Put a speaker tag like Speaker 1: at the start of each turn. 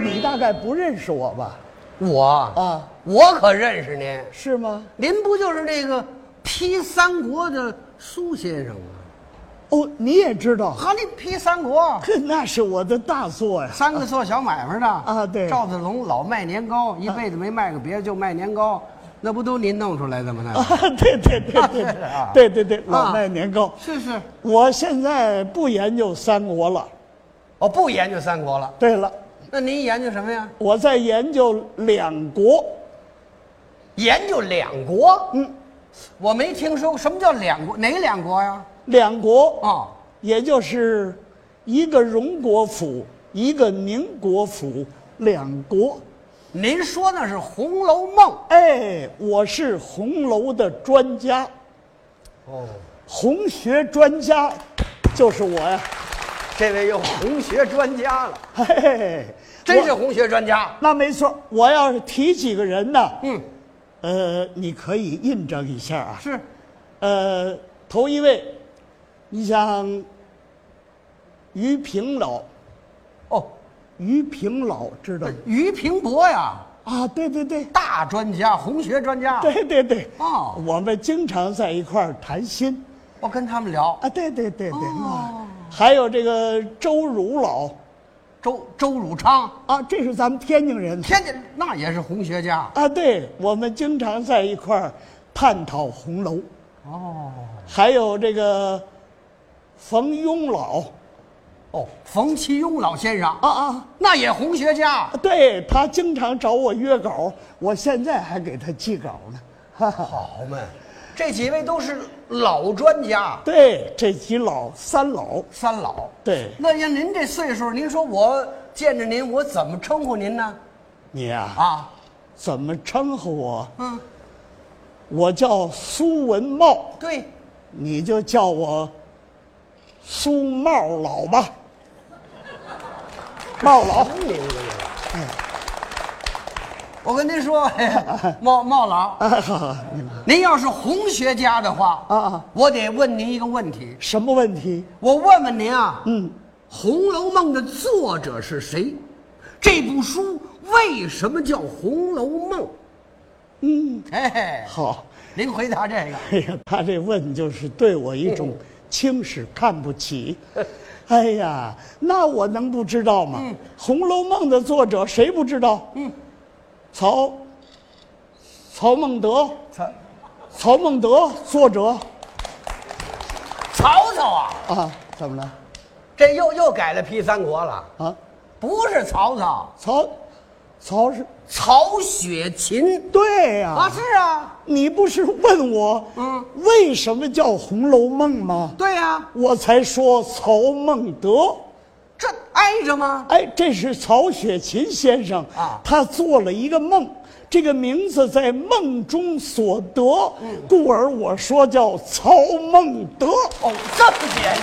Speaker 1: 你大概不认识我吧？
Speaker 2: 我
Speaker 1: 啊，
Speaker 2: 我可认识您，
Speaker 1: 是吗？
Speaker 2: 您不就是那个批三国的苏先生吗？
Speaker 1: 哦，你也知道，
Speaker 2: 和您批三国，
Speaker 1: 呵那是我的大作呀。
Speaker 2: 三个做小买卖的
Speaker 1: 啊对啊
Speaker 2: 赵子龙老卖年糕，一辈子没卖过别的，就卖年糕，那不都您弄出来的吗？
Speaker 1: 啊
Speaker 2: 那，
Speaker 1: 对对对对
Speaker 2: 是啊
Speaker 1: 对对对，老
Speaker 2: 啊
Speaker 1: 卖年糕。
Speaker 2: 是是，
Speaker 1: 我现在不研究三国了。
Speaker 2: 我哦不研究三国了，
Speaker 1: 对了，
Speaker 2: 那您研究什么呀？
Speaker 1: 我在研究两国。
Speaker 2: 研究两国？嗯，我没听说过什么叫两国，哪两国呀？
Speaker 1: 两国，
Speaker 2: 哦，
Speaker 1: 也就是一个荣国府，一个宁国府，两国。
Speaker 2: 您说那是《红楼梦》
Speaker 1: 哎，我是红楼的专家，
Speaker 2: 哦，
Speaker 1: 红学专家就是我呀。
Speaker 2: 这位又红学专家了，
Speaker 1: 嘿嘿嘿，
Speaker 2: 真
Speaker 1: 我
Speaker 2: 是红学专家。
Speaker 1: 那没错，我要是提几个人呢，
Speaker 2: 嗯，
Speaker 1: 呃，你可以印证一下啊。
Speaker 2: 是
Speaker 1: 呃，头一位，你像于平老，
Speaker 2: 哦，
Speaker 1: 于平老知道吗？
Speaker 2: 于平伯呀，
Speaker 1: 啊，对对对，
Speaker 2: 大专家，红学专家。
Speaker 1: 对对对，
Speaker 2: 啊哦
Speaker 1: 我们经常在一块儿谈心
Speaker 2: 我跟他们聊
Speaker 1: 啊，对对对对，
Speaker 2: 哦
Speaker 1: 啊还有这个周儒老
Speaker 2: 周周汝昌，
Speaker 1: 啊，这是咱们天津人
Speaker 2: 天津那也是红学家。
Speaker 1: 啊，对，我们经常在一块儿探讨红楼，
Speaker 2: 哦
Speaker 1: 还有这个冯庸老
Speaker 2: 哦，冯其庸老先生，
Speaker 1: 啊啊。
Speaker 2: 那也红学家。
Speaker 1: 对他经常找我约稿，我现在还给他寄稿呢。哈哈，
Speaker 2: 好嘛，这几位都是老专家，
Speaker 1: 对，这几老三老，
Speaker 2: 三老。
Speaker 1: 对
Speaker 2: 那像您这岁数，您说我见着您，我怎么称呼您呢？
Speaker 1: 你呀、
Speaker 2: 啊，
Speaker 1: 怎么称呼我？
Speaker 2: 嗯，
Speaker 1: 我叫苏文茂，
Speaker 2: 对，
Speaker 1: 你就叫我苏茂老吧。茂老，
Speaker 2: 我跟您说，茂茂老，
Speaker 1: 啊，好好 你们
Speaker 2: 您要是红学家的话，
Speaker 1: 啊啊
Speaker 2: 我得问您一个问题，
Speaker 1: 什么问题？
Speaker 2: 我问问您啊，
Speaker 1: 嗯，
Speaker 2: 《红楼梦》的作者是谁？这部书为什么叫《红楼梦》？嗯，哎，
Speaker 1: 好。
Speaker 2: 您回答这个，
Speaker 1: 哎呀，他这问就是对我一种
Speaker 2: 嗯
Speaker 1: 轻视、看不 起。哎呀，那我能不知道吗？
Speaker 2: 嗯
Speaker 1: 红楼梦》的作者谁不知道？嗯，曹曹孟德，
Speaker 2: 曹
Speaker 1: 曹孟德作者
Speaker 2: 曹操啊，
Speaker 1: 啊，怎么了？
Speaker 2: 这又又改了批三国了，
Speaker 1: 啊，
Speaker 2: 不是曹操，
Speaker 1: 曹曹是
Speaker 2: 曹雪芹
Speaker 1: 对呀、
Speaker 2: 啊，是啊，
Speaker 1: 你不是问我，
Speaker 2: 嗯，
Speaker 1: 为什么叫《红楼梦》吗？
Speaker 2: 对呀、
Speaker 1: 我才说曹孟德。
Speaker 2: 这挨着吗？
Speaker 1: 哎，这是曹雪芹先生
Speaker 2: 啊
Speaker 1: 他做了一个梦，这个名字在梦中所得，故而我说叫曹孟德。
Speaker 2: 哦，这么简单。